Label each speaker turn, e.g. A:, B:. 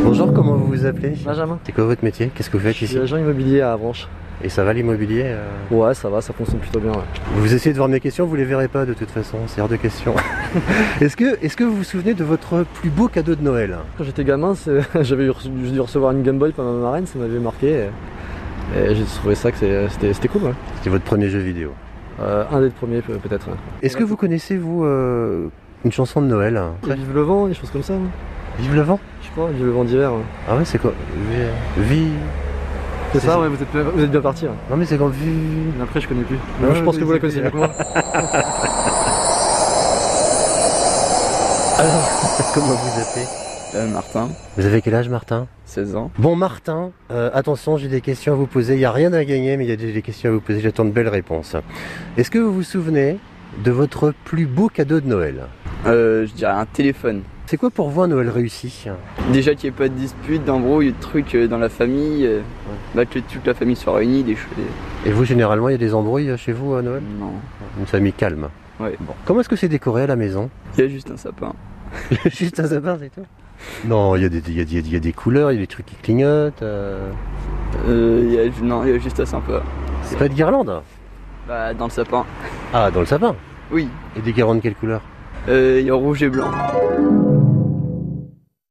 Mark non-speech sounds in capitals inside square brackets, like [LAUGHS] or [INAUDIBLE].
A: Bonjour, comment vous vous appelez
B: Benjamin,
A: C'est quoi votre métier Qu'est-ce que vous
B: je
A: faites
B: suis
A: ici
B: agent immobilier à Avranches.
A: Et ça va l'immobilier euh
B: Ouais, ça va, ça fonctionne plutôt bien. ouais.
A: Vous essayez de voir mes questions, vous les verrez pas de toute façon, c'est hors de [LAUGHS] question. est-ce que, est que vous vous souvenez de votre plus beau cadeau de Noël
B: Quand j'étais gamin, c'est- [LAUGHS] j'avais eu reçu- dû recevoir une Game Boy par ma marraine, ça m'avait marqué. Et, et j'ai trouvé ça que c'est- c'était c'était cool. ouais.
A: C'était votre premier jeu vidéo.
B: Euh, un des premiers, peut- peut-être. ouais.
A: Est-ce que vous connaissez, vous, euh, une chanson de Noël
B: Et Vive le vent, des choses comme ça. hein.
A: Vive le vent
B: Je crois, vive le vent d'hiver. ouais.
A: Ah ouais, c'est quoi Vi- Vive.
B: C'est
A: C'est
B: ça,
A: ça.
B: ouais, vous êtes, bien- vous êtes bien parti. ouais.
A: Non, mais c'est quand Vive. [LAUGHS]
B: Mais Après, je connais plus.
A: Ouais,
B: Moi, je pense
A: ouais,
B: que vous la
A: c'est
B: connaissez mieux que moi.
A: Comment vous appelez
C: Euh, Martin,
A: Vous avez quel âge, Martin
C: 16 ans.
A: Bon, Martin, euh, attention, j'ai des questions à vous poser. Il n'y a rien à gagner, mais il y a des des questions à vous poser. J'attends de belles réponses. Est-ce que vous vous souvenez de votre plus beau cadeau de Noël
C: Euh, je dirais un téléphone.
A: C'est quoi pour vous un Noël réussi
C: Déjà qu'il n'y ait pas de dispute, d'embrouille, de trucs euh, dans la famille. euh, bah, que toute la famille soit réunie, des choses.
A: Et vous, généralement, il y a des embrouilles euh, chez vous à Noël
C: Non.
A: Une famille calme.
C: Ouais.
A: Bon. Comment est-ce que c'est décoré à la maison [LAUGHS]
C: Il y a juste un sapin.
A: Juste un sapin, c'est tout Non, il y, a des- il y a des- il y a des couleurs, il y a des trucs qui clignotent. euh,
C: Euh, il y a, non, il y a juste un sapin.
A: C'est pas de guirlande
C: Bah, dans le sapin.
A: Ah, dans le sapin
C: Oui.
A: Et des guirlandes, quelle couleur
C: Euh, il y a rouge et blanc.